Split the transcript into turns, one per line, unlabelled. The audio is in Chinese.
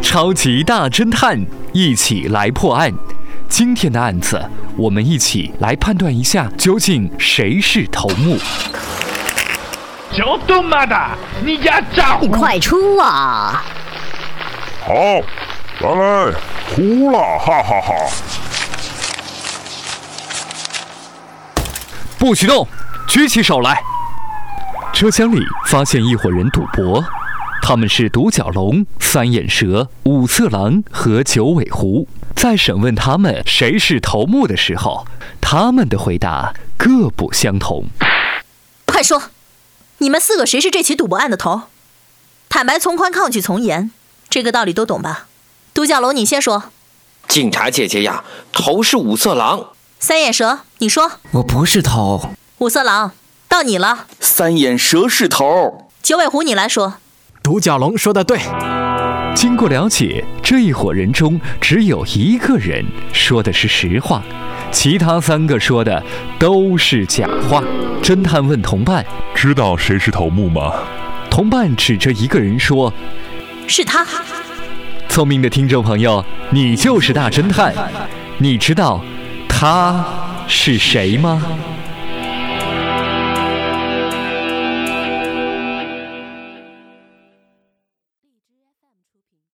超级大侦探，一起来破案。今天的案子，我们一起来判断一下，究竟谁是头目。
小东妈的，你家咋
你
呼？
快出啊！
好，来来，呼啦，哈哈哈！
不许动，举起手来。车厢里发现一伙人赌博，他们是独角龙、三眼蛇、五色狼和九尾狐。在审问他们谁是头目的时候，他们的回答各不相同。
快说，你们四个谁是这起赌博案的头？坦白从宽，抗拒从严，这个道理都懂吧？独角龙，你先说。
警察姐姐呀，头是五色狼，
三眼蛇，你说。
我不是头，
五色狼，到你了。
三眼蛇是头，
九尾狐，你来说。
独角龙说的对，
经过了解，这一伙人中只有一个人说的是实话，其他三个说的都是假话。侦探问同伴，
知道谁是头目吗？
同伴指着一个人说：“
是他，
聪明的听众朋友，你就是大侦探，你知道他是谁吗？